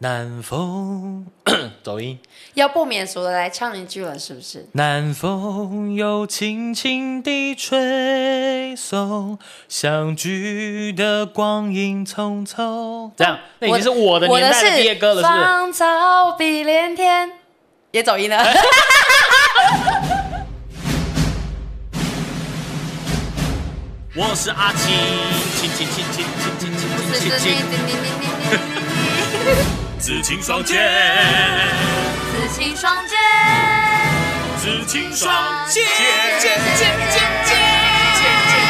南风走音。要不免俗的来唱一句了，是不是？南风又轻轻地吹送，相聚的光阴匆匆。这样，那已经是我的我年的代的毕业歌了，是不是？芳草碧连天，也走音了。我是阿青，青青青青青青青青青青，紫青双剑，紫青双剑，紫青剑剑剑剑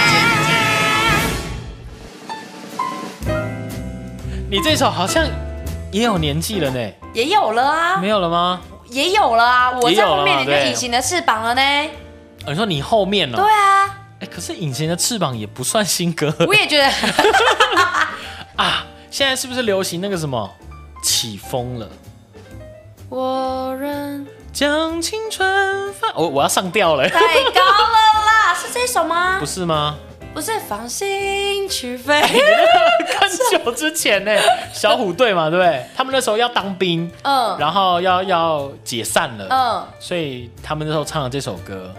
你这首好像也有年纪了呢，也有了啊没，有了吗？也有了啊，我也在有了后面嘛你的对隐形的翅膀了呢。哦你说你后面对哦，啊，哎，可是隐形的翅膀也不算新歌我也觉得啊。现在是不是流行那个什么起风了？我认将青春放，我、我要上吊 了，太高了啦，是这首吗不？是吗？ 不是，放心去飞。很久之前呢，小虎队嘛，对不对？他们那时候要当兵，嗯然后要要解散了，嗯，所以他们那时候唱了这首歌。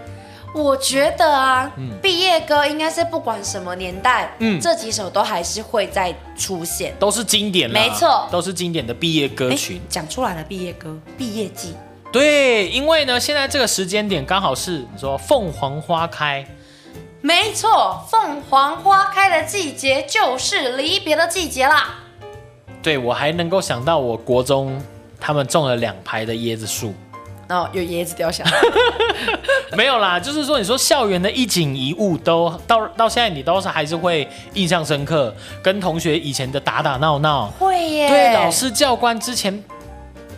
我觉得啊嗯，毕业歌应该是不管什么年代，嗯这几首都还是会再出现。都是经典啦，没错都是经典的毕业歌曲诶。讲出来了，毕业歌、毕业季，对，因为呢，现在这个时间点刚好是你说凤凰花开，没错，凤凰花开的季节就是离别的季节啦。对我还能够想到我国中他们种了两排的椰子树，然哦后有椰子掉下来， 没有啦，就是说你说校园的一景一物都到到现在你都是还是会印象深刻，跟同学以前的打打闹闹， 会耶。对老师教官之前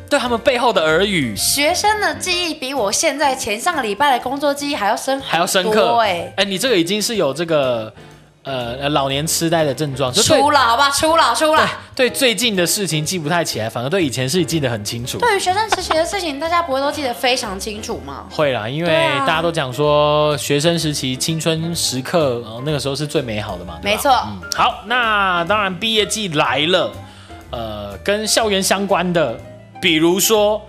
对他们背后的耳语。学生的记忆比我现在前上个礼拜的工作记忆还要深很多，还要深刻，哎。你这个已经是有这个呃呃老年痴呆的症状，就对初老吧，初老，初老。对最近的事情记不太起来，反而对以前事情记得很清楚。对于学生时期的事情，大家不会都记得非常清楚吗？会啦，因为对啊大家都讲说学生时期青春时刻，呃那个时候是最美好的嘛。对吧没错嗯。好，那当然毕业季来了，呃，跟校园相关的，比如说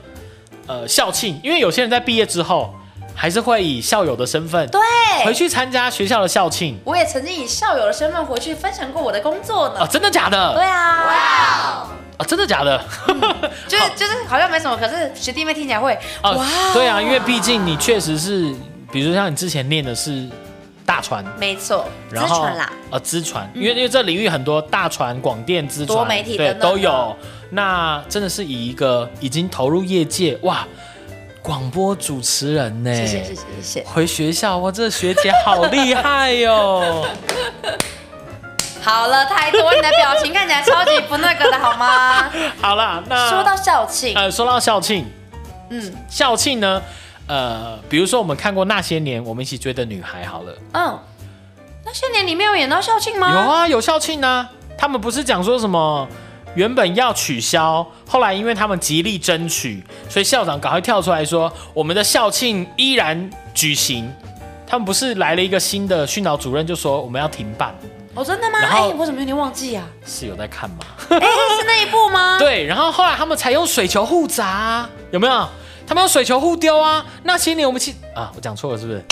呃校庆，因为有些人在毕业之后还是会以校友的身份对，回去参加学校的校庆我也曾经以校友的身份回去分享过我的工作呢。啊、真的假的？对啊、啊，哇、真的假的？就是就是好像没什么，可是学弟妹听起来会、哦哇，，对啊，因为毕竟你确实是，比如说像你之前念的是大传，没错，资然后传啦，呃，资传，因为因为这领域很多大传、广电、资传、多媒体对等等都有。那真的是以一个已经投入业界哇，广播主持人呢，谢谢谢谢谢谢。回学校，哇，这学姐好厉害哟、 好了，太多，你的表情看起来超级不那个的好 吗？好啦，那说到校庆，呃，说到校庆，嗯校庆呢，呃，比如说我们看过《那些年我们一起追的女孩》好了。嗯，那些年你没有演到校庆吗？有啊，有校庆啊。他们不是讲说什么原本要取消，后来因为他们极力争取，所以校长赶快跳出来说，我们的校庆依然举行。他们不是来了一个新的训导主任，就说我们要停办，哦，真的吗？然哎、后我怎么有点 忘记啊？是有在看吗？哎、是那一部吗？对，然后后来他们才用水球互砸、啊，有没有？他们用水球互丢啊！那些年我们去啊，我讲错了是不 是？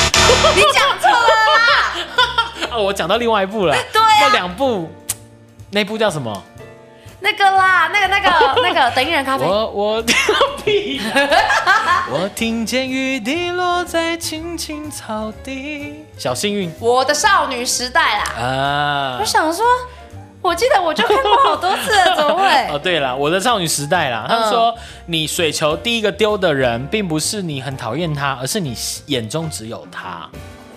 你讲错了啦！啊，我讲到另外一部了。对啊那两部，那部叫什么？那个啦，那个那个那个等一人咖啡，我我 屁呀！我听见雨滴落在青青草地，小幸运我的少女时代啦。啊我！想说，我记得我就看过好多 次了，怎么哦，会？对了，我的少女时代嗯啦。他们说，你水球第一个丢的人，并不是你很讨厌他，而是你眼中只有他。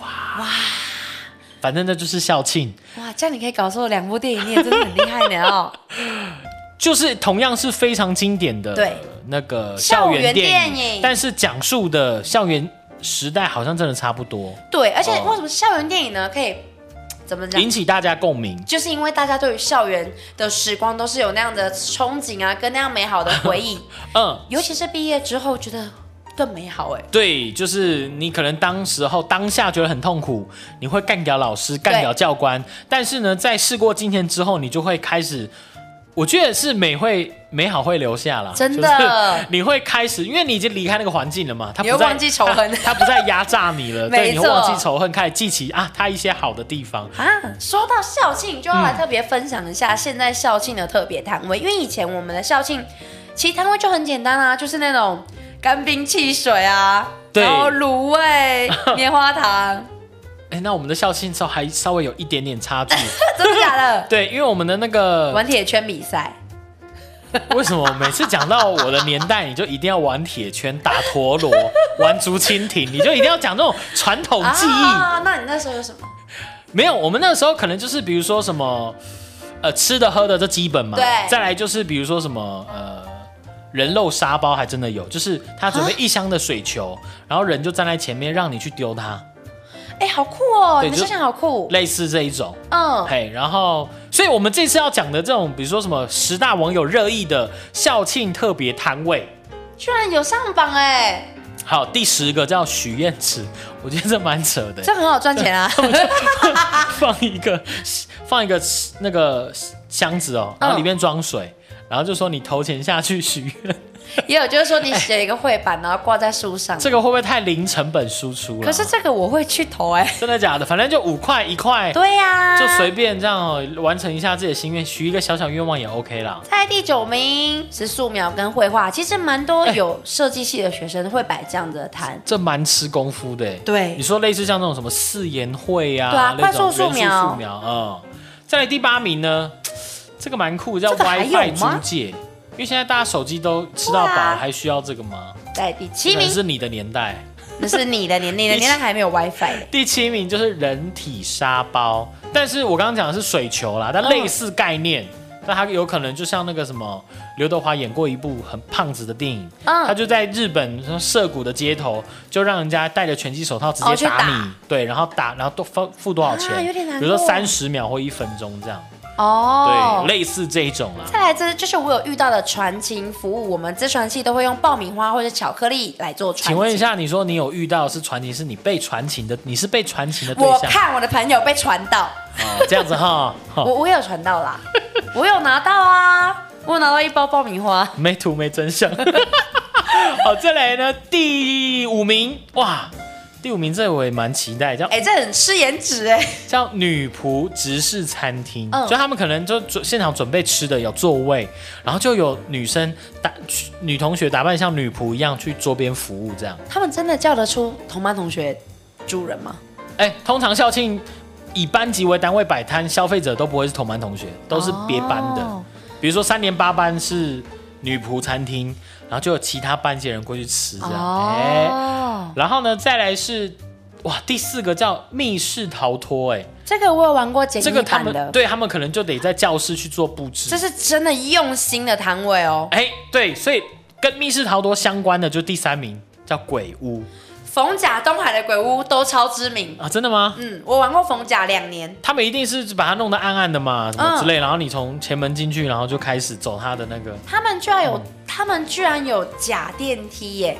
哇哇！反正那就是校庆，哇，这样你可以搞错两部电影，你也真的很厉害呢哦！ 就是同样是非常经典的对那个校校园园电影，电影但是讲述的校园时代好像真的差不多，对，而且哦为什么校园电影呢？可以怎么讲引？起大家共鸣。就是因为大家对于校园的时光都是有那样的憧憬啊，跟那样美好的 回忆，嗯，尤其是毕业之后，觉得更美好哎。对，就是你可能当时候当下觉得很痛苦，你会干掉老师、干掉教官，但是呢，在事过境迁之后，你就会开始我觉得是美会美好会留下啦，真的就是你会开始，因为你已经离开那个环境了嘛，他 你不会再忘记仇 恨他，他不再压榨你 了，对，没你会忘错记仇恨，开始记起啊他一些好的地方，啊，说到校庆，就要嗯来特别分享一下现在校庆的特别摊位，因为以前我们的校庆其实摊位就很简单啊，就是那种干冰汽水啊，对然后卤味、棉花糖， 哎，那我们的校庆时候还稍微有一点点差距，真的假的？对，因为我们的那个玩铁圈比赛，为什么每次讲到我的年代，你就一定要玩铁圈、打陀螺、玩竹蜻蜓，你就一定要讲这种传统技艺。啊，那你那时候有什么？没有，我们那时候可能就是比如说什么，呃，吃的喝的这基本嘛。对再来就是比如说什么，呃，人肉沙包还真的有，就是他准备一箱的水球，然后人就站在前面让你去丢它，哎、好酷哦！对你们就校庆好酷，类似这一种。嗯，嘿，然后，所以我们这次要讲的这种，比如说什么十大网友热议的校庆特别摊位，居然有上榜哎，好，第十个叫许愿池，我觉得这蛮扯的，欸这很好赚钱啊！放一个放一个那个箱子哦，然后嗯里面装水，然后就说你投钱下去许愿， 也有就是说你写一个绘板，然后挂在书上，这个会不会太零成本输出了？啊可是这个我会去投哎、真的假的？反正就五块一块，对啊呀、就随便这样、哦、完成一下自己的心愿，许一个小小愿望也 OK 啦。在第九名是素描跟绘画，其实蛮多有设计系的学生会摆这样的摊。这蛮吃功夫的欸。对你说类似像那种什么四言会呀、对啊那种快速素描元素素描，嗯。再来第八名呢，这个蛮酷，叫这个还有 WiFi 租吗借。因为现在大家手机都吃到对饱，啊还需要这个吗？在第七可能名，是你的年代。那是你的 年龄的第七年代还没有 WiFi 嘞。第七名就是人体沙包，但是我刚刚讲的是水球啦，但嗯类似概念。但它有可能就像那个什么，刘德华演过一部很胖子的电影，嗯他就在日本涩谷的街头，就让人家戴着拳击手套直接哦去打你，打对，然后打，然后多付付多少钱？啊有点难比如说过三十秒或一分钟这样，哦对，。类似这一种啦。再来这就是我有遇到的传情服务，我们资传系都会用爆米花或者巧克力来做传情。请问一，下，你说你有遇到是传情，是你被传情的，你是被传情的对我象？看我的朋友被传到，哦，这样子哈，哈我我有传 到啦，我有拿到啊，我有拿到一包爆米花。没图没真相。 好，再来呢，第五名，哇，第五名这我也蛮期待，叫哎、这很吃颜值哎、叫女仆执事餐厅，嗯就他们可能就准现场准备吃的有座位，然后就有女生打去女同学打扮像女仆一样去桌边服务这样。他们真的叫得出同班同学主人吗？哎、通常校庆以班级为单位摆摊，消费者都不会是同班同学，都是别班的。哦比如说三年八班是女仆餐厅，然后就有其他班级的人过去吃这样。哎、哦，然后呢，再来是哇，第四个叫密室逃脱、哎，这个我有玩过简这易个他版们的，对他们可能就得在教室去做布置这。是真的用心的摊位哦。哎、对，所以跟密室逃脱相关的就第三名叫鬼屋逢甲东海的鬼屋都超知名，啊，真的吗？嗯，我玩过逢甲两年，他们一定是把它弄得暗暗的嘛，什么嗯之类，然后你从前门进去，然后就开始走他的那个他们居然有，嗯他们居然有假电梯耶，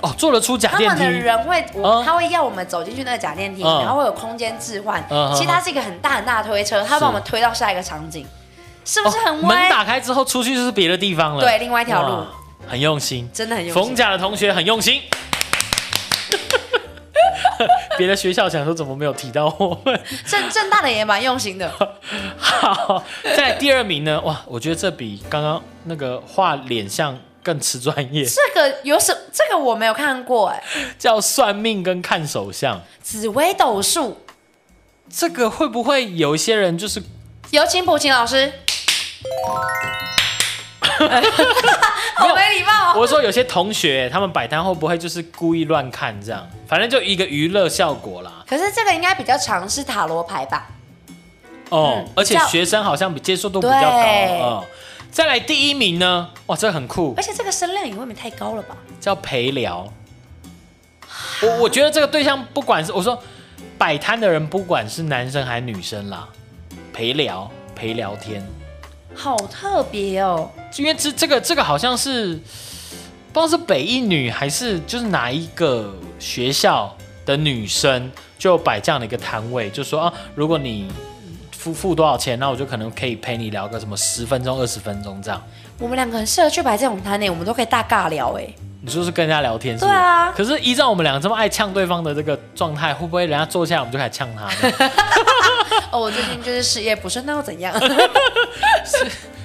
哦，做得出假他电们的梯，人会，我嗯他会要我们走进去那个假电梯，嗯然后会有空间置换嗯嗯，其实它是一个很大很大的推车，它是把我们推到下一个场景，是不是哦很门威？打开之后出去就是别的地方了，对，，另外一条路哇，很用心，真的很用逢心。甲的同学很用心。 别的学校想说怎么没有提到我们？正正大的也蛮用心的，好，再来第二名呢？哇，我觉得这比刚刚那个画脸像更吃专业，这个有什？这个我没有看过哎， 叫算命跟看手相。紫薇斗数。这个会不会有一些人就是有请普琴老师。 好没礼貌哦！我说有些同学他们摆摊会不会就是故意乱看这样？反正就一个娱乐效果啦。可是这个应该比较常是塔罗牌吧？哦，嗯而且比较学生好像比接受度比较高对哦。再来第一名呢？哇，这很酷而，且这个声量也未免太高了吧？叫陪聊。我我觉得这个对象不管是我说摆摊的人，不管是男生还是女生啦，陪聊陪聊天，好特别哦！因为这这个这个好像是不知道是北一女还是就是哪一个学校的女生就摆这样的一个摊位，就说啊，如果你付付多少钱，那我就可能可以陪你聊个什么十分钟、二十分钟这样。我们两个很适合去摆这种摊呢，我们都可以大尬聊哎。你说是跟人家聊天是不是？对啊可是依照我们两个这么爱呛对方的这个状态，会不会人家坐下来我们就开始呛他呢？ 哦，我最近就是事业不顺，那又怎 样？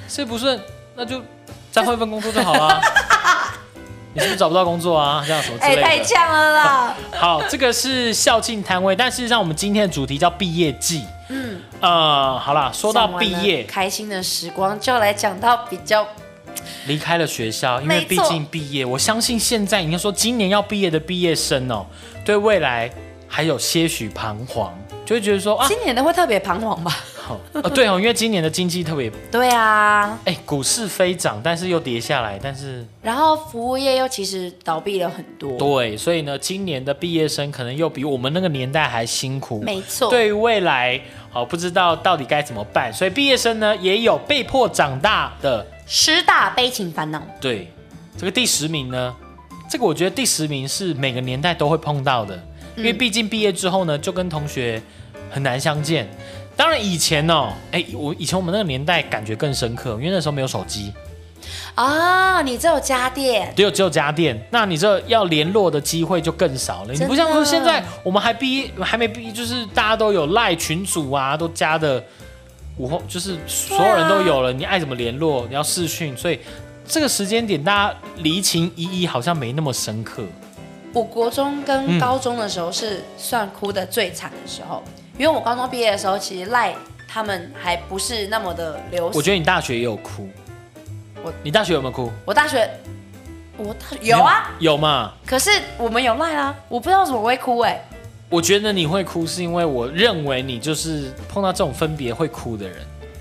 是不是？那就再换一份工作就好 啦。你是不是找不到工作啊？这样什么之哎、类的？太呛了啦！好，这个是校庆摊位，但事实上我们今天的主题叫毕业季。 嗯，呃，好啦，说到毕讲完了业，开心的时光，就来讲到比较离开了学校，因为没毕错竟毕业，我相信现在应该说今年要毕业的毕业生哦，对未来还有些许彷徨，就会觉得说啊，今年的会特别彷徨吧？好，呃，对哦，因为今年的经济特别，对啊，哎，股市飞涨，但是又跌下来，但是然后服务业又其实倒闭了很多，对，所以呢，今年的毕业生可能又比我们那个年代还辛苦，没错，对于未来，好、不知道到底该怎么办，所以毕业生呢也有被迫长大的。师大悲情烦恼，对，这个第十名呢，这个我觉得第十名是每个年代都会碰到的，嗯因为毕竟毕业之后呢，就跟同学很难相见。当然以前哦，哎，我以前我们那个年代感觉更深刻，因为那时候没有手机，啊、你只有家电，只有只有家电，那你这要联络的机会就更少了。你不像真的说现在我们还毕业还没毕业，就是大家都有赖群组啊，都加的午后，就是所有人都有了，你爱怎么联络，你要视讯，所以这个时间点大家离情依依好像没那么深刻。我国中跟高中的时候是算哭的最惨的时候，因为我高中毕业的时候，其实赖他们还不是那么的流行。我我觉得你大学也有哭，我你大学有没有哭？大学，我大学有啊，没有，有嘛？可是我们有赖啊，我不知道怎么会哭哎、我觉得你会哭是因为我认为你就是碰到这种分别会哭的人，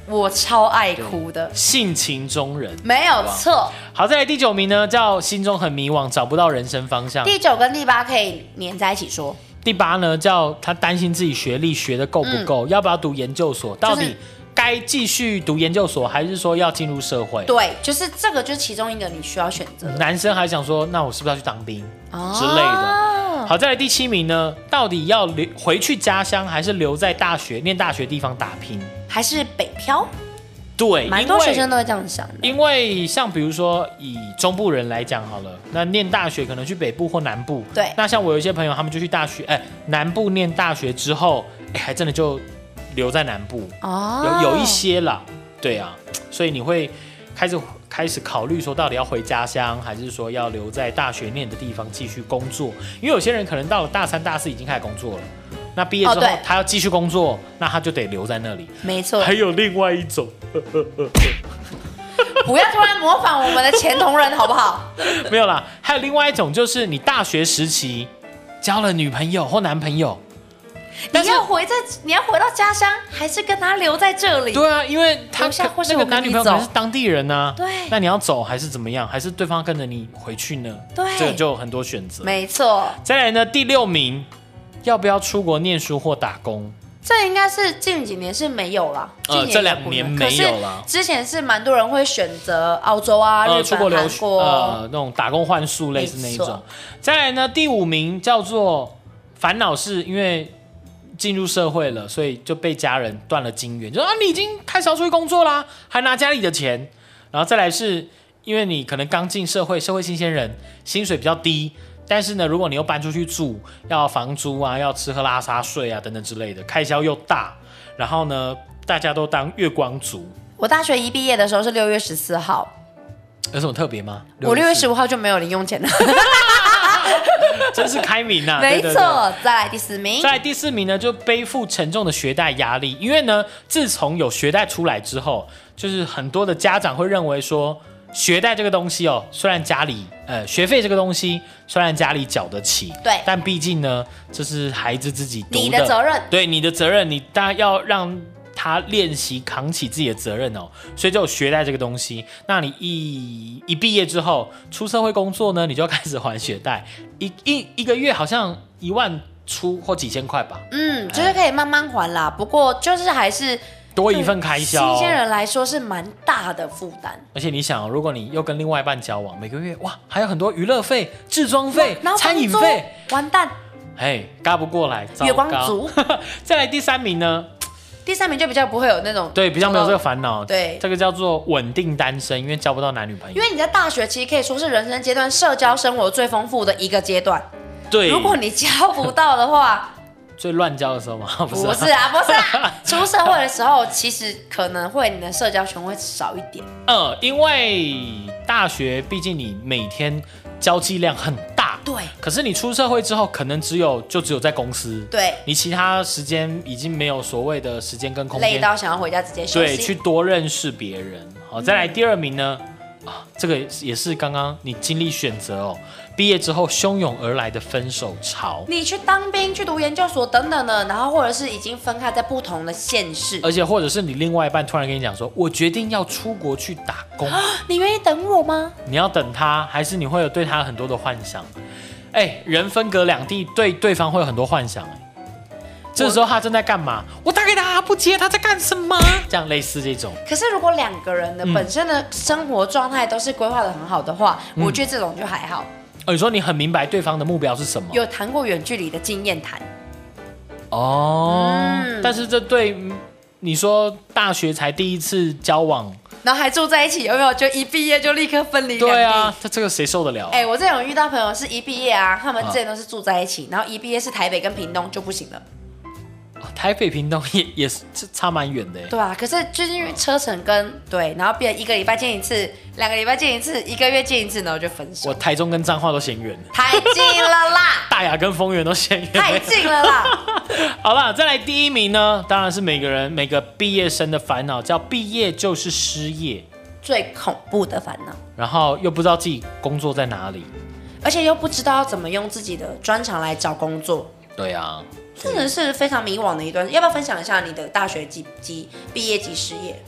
我超爱哭的，性情中人。没有错。好，再来第九名呢，叫心中很迷惘，找不到人生方向。第九跟第八可以连在一起说，第八呢，叫他担心自己学历学的够不够，要不要读研究所，到嗯就底是该继续读研究所，还是说要进入社会？对，就是这个就是其中一个你需要选择的男生还想说，那我是不是要去当兵？哦之类嗯啊的好，再来第七名呢，到底要留回去家乡，还是留在大学念大学地方打拼？还是北漂，对，蛮因多为学生都会这样想的。因为像比如说以中部人来讲好了，那念大学可能去北部或南部。对那像我有一些朋友，他们就去大学，哎、南部念大学之后，哎，还真的就留在南部，哦有有一些啦。对啊，所以你会开始开始考虑说，到底要回家乡，还是说要留在大学念的地方继续工作？因为有些人可能到了大三、大四已经开始工作了。那毕业之哦后对，他要继续工作，那他就得留在那里。没错，还有另外一种，不要突然模仿我们的前同仁好不好？没有啦，还有另外一种就是你大学时期交了女朋友或男朋友， 但你是要回在，你要回到家乡，还是跟他留在这里？对啊，因为他留下可或是那个我跟男你女朋友可能走是当地人呐、对那你要走还是怎么样？还是对方跟着你回去呢？对这个就有很多选择。没错，再来呢，第六名，要不要出国念书或打工？这应该是近几年是没有啦，呃近年这两年没有啦了。可是之前是蛮多人会选择澳洲啊、日呃出国本、留韩学，国。呃，那种打工换宿类似那一没种错。再来呢，第五名叫做烦恼是因为进入社会了，所以就被家人断了金援，就说啊你已经开始要出去工作啦，还拿家里的钱。然后再来是因为你可能刚进社会，社会新鲜人，薪水比较低。但是呢，如果你又搬出去住，要房租啊，要吃喝拉撒睡啊，等等之类的，开销又大，然后呢，大家都当月光族，我大学一毕业的时候是六月十四号，有呃什么特别吗？我六月四十五号就没有零用钱了。真是开明呐、啊！没对错，。再来第四名，在第四名呢，就背负沉重的学贷压力，因为呢，自从有学贷出来之后，就是很多的家长会认为说，学贷这个东西哦，虽然家里呃学费这个东西，虽然家里缴得起，对但毕竟呢，这是孩子自己读你的责任对你的责任，你当然要让他练习扛起自己的责任哦。所以就有学贷这个东西。那你一一毕业之后出社会工作呢，你就要开始还学贷，一一一个月好像一万出或几千块吧，嗯，哎就是可以慢慢还啦。不过就是还是多一份开销。哦新鲜人来说是蛮大的负担。而且你想哦、如果你又跟另外一半交往，每个月哇，还有很多娱乐费、置装费然、后餐饮房租费，，完蛋，哎，嘎不过来，糟糕 月光族。再来第三名呢，第三名就比较不会有那种对，比较没有这个烦恼。对这个叫做稳定单身，因为交不到男女朋因友。为你在大学其实可以说是人生阶段社交生活最丰富的一个阶段。对，如果你交不到的话，最乱交的时候嘛， 不是、不是啊，不是啊，出社会的时候，其实可能会你的社交圈会少一点。嗯，因为大学毕竟你每天交际量很大，对可是你出社会之后，可能只有就只有在公司，对，你其他时间已经没有所谓的时间跟空累间，到嗯想要回家直接休对，去息。多认识别人。好，再来第二名呢，啊，这个也是刚刚你经历选择哦，毕业之后汹涌而来的分手潮。你去当兵、去读研究所等等的，然后或者是已经分开在不同的县市，而且，或者是你另外一半突然跟你讲说，我决定要出国去打工，你愿意等我吗？你要等他，还是你会有对他很多的幻想？哎、人分隔两地，对对方会有很多幻想、哎，这时候他正在干嘛？我打给他不接，他在干什么？这样类似这种，可是如果两个人的嗯本身的生活状态都是规划的很好的话，嗯我觉得这种就还好。哦，你说你很明白对方的目标是什么？有谈过远距离的经验谈，哦，嗯但是这对嗯你说大学才第一次交往，然后还住在一起，有没有？就一毕业就立刻分离两地。对啊，这这个谁受得了？哎、我这种遇到朋友是一毕业啊，他们之前都是住在一起，然后一毕业是台北跟屏东就不行了，哦台北屏东也也是这差蛮远 的哎。对啊，可是就是因为车程跟对，然后变成一个礼拜见一次，两个礼拜见一次，一个月见一次，然后就分手我，台中跟彰化都嫌远，太近了啦，大雅跟丰原都嫌远。太近了啦，好了，再来第一名呢，当然是每个人每个毕业生的烦恼，叫毕业就是失业，最恐怖的烦恼，然后又不知道自己工作在哪里。而且又不知道怎么用自己的专长来找工作，对啊，真的是非常迷惘的一段。要不要分享一下你的大学及及毕业及失业？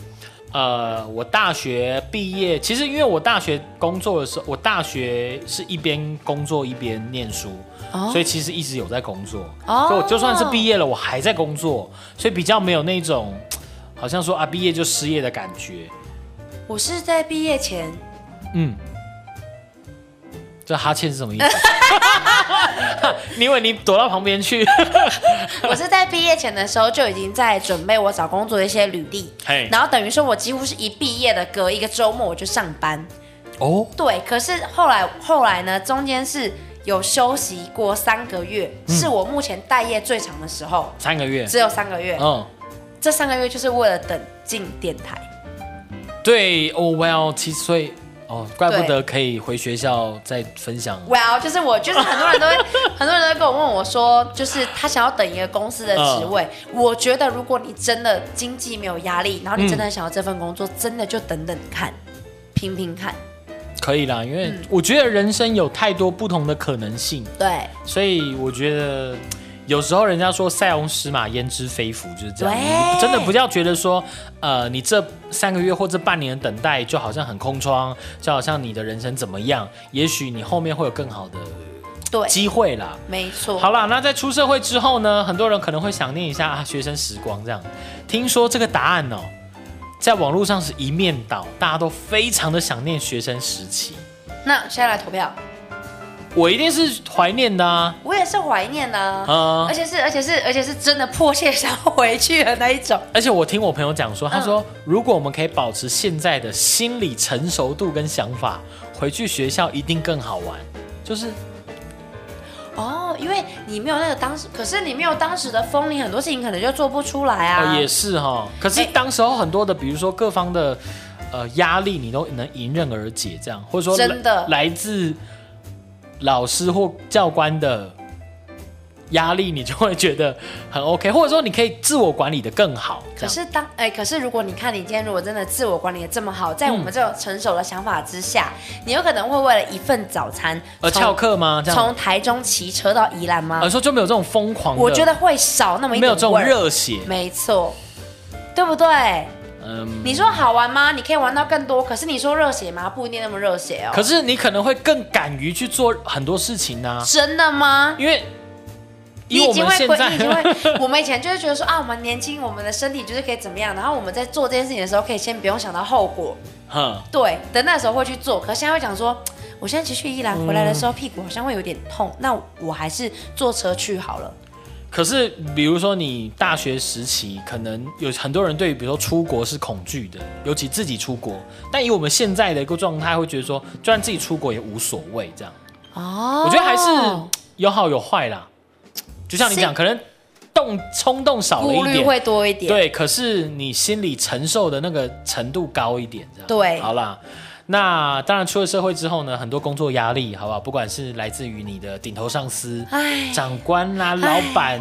呃，我大学毕业，其实因为我大学工作的时候，我大学是一边工作一边念书，哦所以其实一直有在工作，哦所以我就算是毕业了，我还在工作，所以比较没有那种好像说啊毕业就失业的感觉。我是在毕业前 嗯，这哈欠是什么意思？你以为你躲到旁边去？我是在毕业前的时候就已经在准备我找工作的一些履历嘿，然后等于说我几乎是一毕业的隔一个周末我就上班。哦，对，可是后来后来呢，中间是有休息过三个月，是我目前待业最长的时候，三个月。只有三个月。嗯，这三个月就是为了等进电台。对，哦，Well，其实所以哦，怪不得可以回学校再分享。 Well，就是我，就是很多人都会，很多人都会跟我问我说，就是他想要等一个公司的嗯职位。我觉得如果你真的经济没有压力，然后你真嗯的很想要这份工作，真的就等等看，拼拼看。可以啦，因为我觉得人生有太多不同的可能性，对所以我觉得有时候人家说“塞翁失马，焉知非福”就是这样。对你真的不要觉得说，呃，你这三个月或这半年的等待就好像很空窗，就好像你的人生怎么样？也许你后面会有更好的对，机会啦。没错。好啦，那在出社会之后呢，很多人可能会想念一下啊学生时光这样。听说这个答案哦，在网络上是一面倒，大家都非常的想念学生时期。那现在来投票，我一定是怀念的啊，我也是怀念呐、嗯而且是而且是而且是真的迫切 想要回去的那一种。而且我听我朋友讲说，他嗯说、如果我们可以保持现在的心理成熟度跟想法，回去学校一定更好玩。就是哦，因为你没有那个当时，可是你没有当时的风，你很多事情可能就做不出来啊。哦，也是哈、哦。可是哎当时候很多的，比如说各方的呃压力，你都能迎刃而解，这样或者说真的来来自老师或教官的压力，你就会觉得很 OK，或者说你可以自我管理的更好。这可样是当哎、可是如果你看你今天如果真的自我管理的这么好，在我们这种成熟的想法之下，你有可能会为了一份早餐嗯呃从翘课吗？这样从台中骑车到宜兰吗？呃说就没有这种疯狂的，我觉得会少那么一没有点这种味儿，热血，没错，对不对？嗯。你说好玩吗？你可以玩到更多，可是你说热血吗？不一定那么热血哦。可是你可能会更敢于去做很多事情呢、真的吗？因为你以已我经们会现规，在你已经会。我们以前就是觉得说啊，我们年轻，我们的身体就是可以怎么样，然后我们在做这件事情的时候，可以先不用想到后果， 哼，对的。那时候会去做，可是现在会讲说，我现在其实去宜兰回来的时候，屁股好像会有点痛，那我还是坐车去好了。可是，比如说你大学时期，可能有很多人对于比如说出国是恐惧的，尤其自己出国。但以我们现在的一个状态，会觉得说，就算自己出国也无所谓这样。哦，我觉得还是有好有坏啦。就像你讲，可能动冲动少了顾一虑点，会多一点。对，可是你心里承受的那个程度高一点，这样。对好啦。那当然，出了社会之后呢，很多工作压力，好不好？不管是来自于你的顶头上司、唉，长官啦、老板，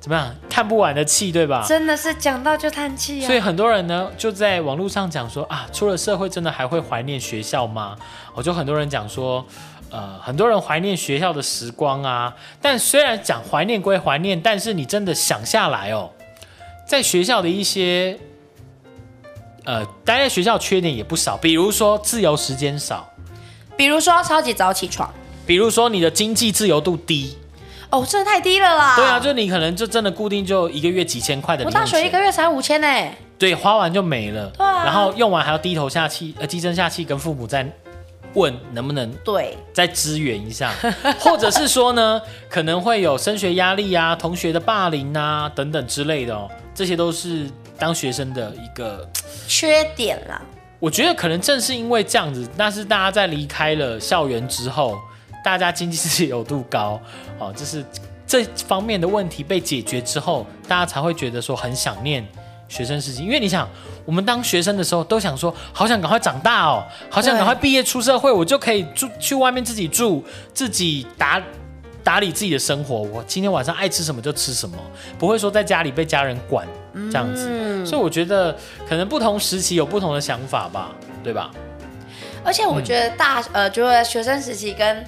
怎么样？看不完的气，对吧？真的是讲到就叹气啊所以啊。很多人呢就在网络上讲说啊，出了社会真的还会怀念学校吗？我就很多人讲说，呃，很多人怀念学校的时光啊。但虽然讲怀念归怀念，但是你真的想下来哦，在学校的一些，呃，待在学校缺点也不少，比如说自由时间少，比如说超级早起床，比如说你的经济自由度低。哦，真的太低了啦。对啊，就你可能就真的固定就一个月几千块的我零大用学一钱个，月才五千呢。对，花完就没了。对啊然后用完还要低头下气，呃，低声下气跟父母再问能不能对，再支援一 下，或者是说呢，可能会有升学压力啊、同学的霸凌啊等等之类的哦，这些都是当学生的一个。缺点啦。我觉得可能正是因为这样子，但是大家在离开了校园之后，大家经济自由度高哦，就是这方面的问题被解决之后，大家才会觉得说很想念学生时期。因为你想，我们当学生的时候都想说，好想赶快长大哦，好想对赶快毕业出社会，我就可以住去外面自己住，自己打。打理自己的生活，我今天晚上爱吃什么就吃什么，不会说在家里被家人管嗯这样子。所以我觉得可能不同时期有不同的想法吧，对吧？而且我觉得大、嗯呃，觉得学生时期跟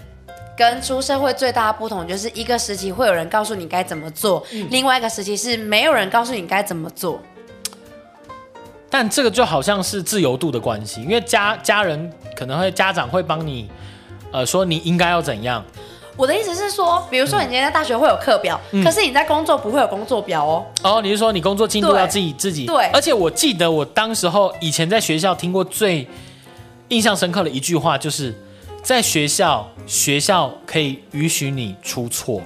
跟出社会最大的不同，就是一个时期会有人告诉你该怎么做，嗯另外一个时期是没有人告诉你该怎么做。但这个就好像是自由度的关系，因为家家人可能会家长会帮你，呃，说你应该要怎样，我的意思是说，比如说你今天在大学会有课表，嗯可是你在工作不会有工作表哦。哦，你是说你工作进度对要自己自己？对而且我记得我当时候以前在学校听过最印象深刻的一句话，就是在学校，学校可以允许你出错、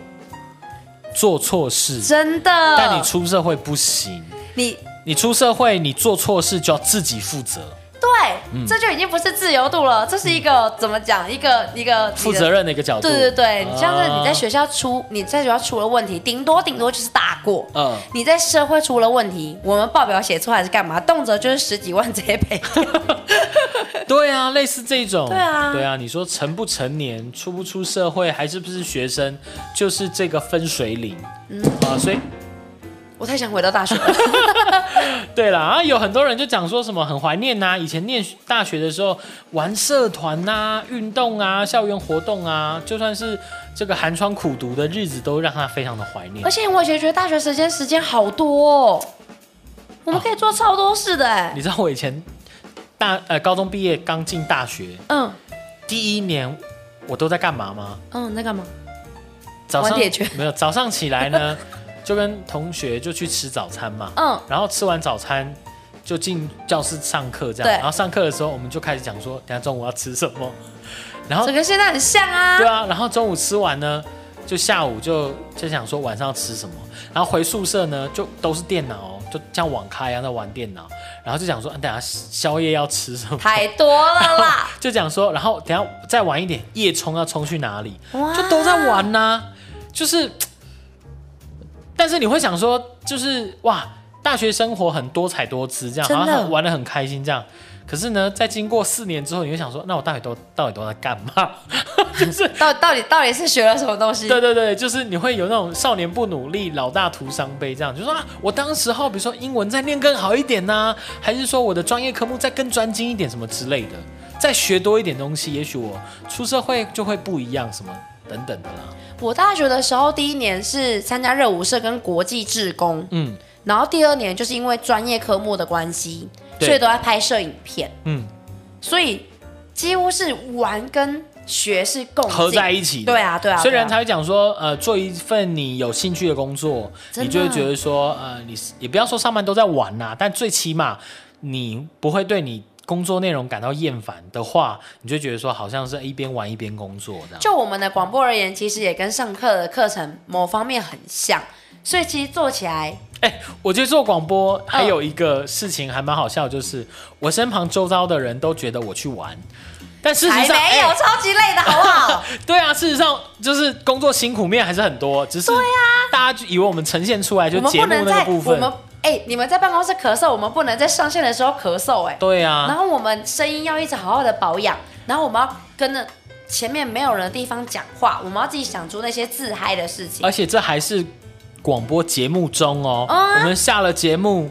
做错事，真但你的，出社会不行。你你出社会，你做错事就要自己负责，对，嗯这就已经不是自由度了，这是一个、怎么讲？一个一个负责。你的任的一个角度。对对对，你像是你在啊学校出你在学校出了问题，顶多顶多就是大过。嗯你在社会出了问题，我们报表写错还是干嘛，动辄就是十几万直接赔。对啊，类似这种，对啊对啊，你说成不成年、出不出社会，还是不是学生，就是这个分水岭嗯啊、所以， 我太想回到大 学了，对啦，啊，有很多人就讲说什么很怀念呐、以前念大学的时候玩社团呐、运动啊、校园活动啊，就算是这个寒窗苦读的日子，都让他非常的怀念而。且我以前觉得大学时间时间好多哦，我们可以做超多事的哎、你知道我以前大呃高中毕业刚进大学嗯第一年，我都在干嘛吗？嗯，那干嘛？早上玩铁拳没有，早上起来 呢，就跟同学就去吃早餐嘛，嗯，然后吃完早餐就进教室上课这样，对然后上课的时候我们就开始讲说，等下中午要吃什么，然后这跟现在很像啊对。啊，然后中午吃完呢，就下午就就想说晚上要吃什么，然后回宿舍呢就都是电脑哦、就像网咖一样在玩电脑，然后就想说，啊等下宵夜要吃什么。太多了啦，就讲说，然后等一下再晚一点，夜冲要冲去哪里？哇就都在玩呐、啊就是。但是你会想说，就是哇，大学生活很多彩多姿，这样真好的像很玩的很开心这样。可是呢，在经过四年之后，你会想说，那我到底都到底都在干嘛？就是 到到底到底是学了什么东西？对对对，就是你会有那种少年不努力，老大徒伤悲这样，就说啊，我当时候比如说英文再练更好一点呐、还是说我的专业科目再更专精一点什么之类的，再学多一点东西，也许我出社会就会不一样什么等等的啦。我大学的时候第一年是参加热舞社跟国际志工，嗯然后第二年就是因为专业科目的关系，对所以都在拍摄影片，嗯，所以几乎是玩跟学是共进合在一起的对啊，对啊，虽然对才啊会讲说，呃，做一份你有兴趣的工作，真你的就会觉得说，呃，你也不要说上班都在玩呐、但最起码你不会对你工作内容感到厌烦的话，你就会觉得说，好像是一边玩一嗯边工作这样。就我们的广播而言，其实也跟上课的课程某方面很像，所以其实做起来，哎、我觉得做广播还有一个事情还蛮好笑，就是我身旁周遭的人都觉得我去玩，但事实还上没有、哎超级累的好不好？ 对啊，事实上就是工作辛苦面还是很多，只是大家就以为我们呈现出来就啊我们节不目那能个在部我分们，哎、你们在办公室咳嗽，我们不能在上线的时候咳嗽、哎、对然啊，后我们声音要一直好好的保养，然后我们要跟着前面没有人的地方讲话，我们要自己想出那些自嗨的事情而。且这还是广播节目中哦，啊我们下了节目，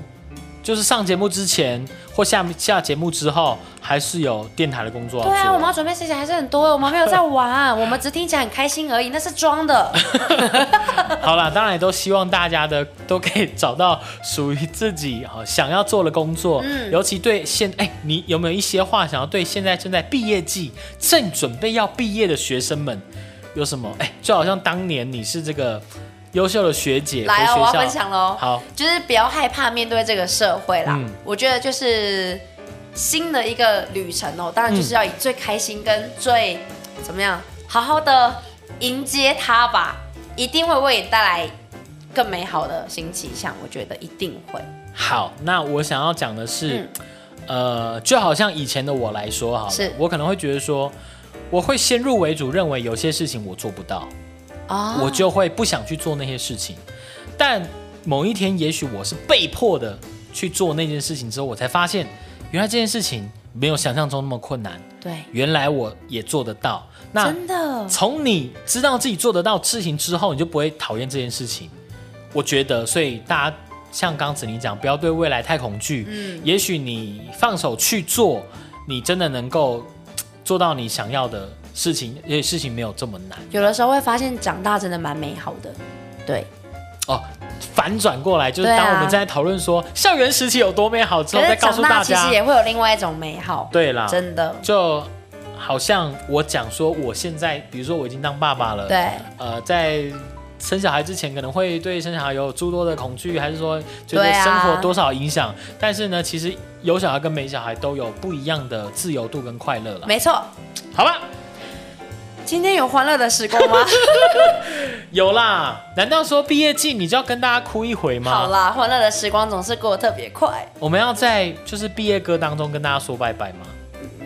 就是上节目之前或下下节目之后，还是有电台的工作要对做。啊，我们要准备事情还是很多，我们没有在玩，我们只听起来很开心而已，那是 装的。好啦，当然也都希望大家的 都可以找到属于自己哈想要做的工作，嗯尤其对现哎、你有没有一些话想要对现在正在毕业季、正准备要毕业的学生们有什么？哎、就好像当年你是这个优秀的学姐，来回啊，学我要校分享喽。好，就是不要害怕面对这个社会啦。嗯我觉得就是新的一个旅程哦，当然就是要以最开心跟最、怎么样，好好的迎接它吧，一定会为你带来更美好的新气象。我觉得一定会。好，那我想要讲的是，嗯呃，就好像以前的我来说，好了是我可能会觉得说，我会先入为主，认为有些事情我做不到，哦我就会不想去做那些事情。但某一天，也许我是被迫的去做那件事情之后，我才发现，原来这件事情没有想象中那么困难，对，原来我也做得到。那真的从你知道自己做得到事情之后，你就不会讨厌这件事情。我觉得，所以大家像刚子你讲，不要对未来太恐惧。嗯，也许你放手去做，你真的能够嘖做到你想要的事情，而且事情没有这么难有的时候会发现长大真的蛮美好的。对，哦。反转过来，就是对啊当我们在讨论说、校园时期有多美好之可后，再是告诉长大大其家实，也会有另外一种美好。对啊啦，真的，就好像我讲说，我现在比如说我已经当爸爸了，对，呃，在生小孩之前，可能会对生小孩有诸多的恐惧，还是说觉对得啊生活多少影响？但是呢，其实有小孩跟没小孩都有不一样的自由度跟快乐了。没错。好吧，今天有欢乐的时光吗？有啦。难道说毕业季你就要跟大家哭一回吗？好啦，欢乐的时光总是过得特别快。我们要在就是毕业歌当中跟大家说拜拜吗？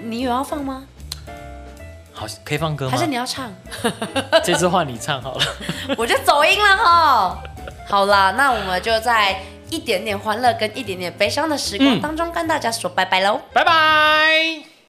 你有要放吗？好，可以放歌吗还？是你要唱？ 这次换你唱好了。我就走音了哈。好啦，那我们就在一点点欢乐跟一点点悲伤的时光嗯当中跟大家说拜拜喽。拜拜。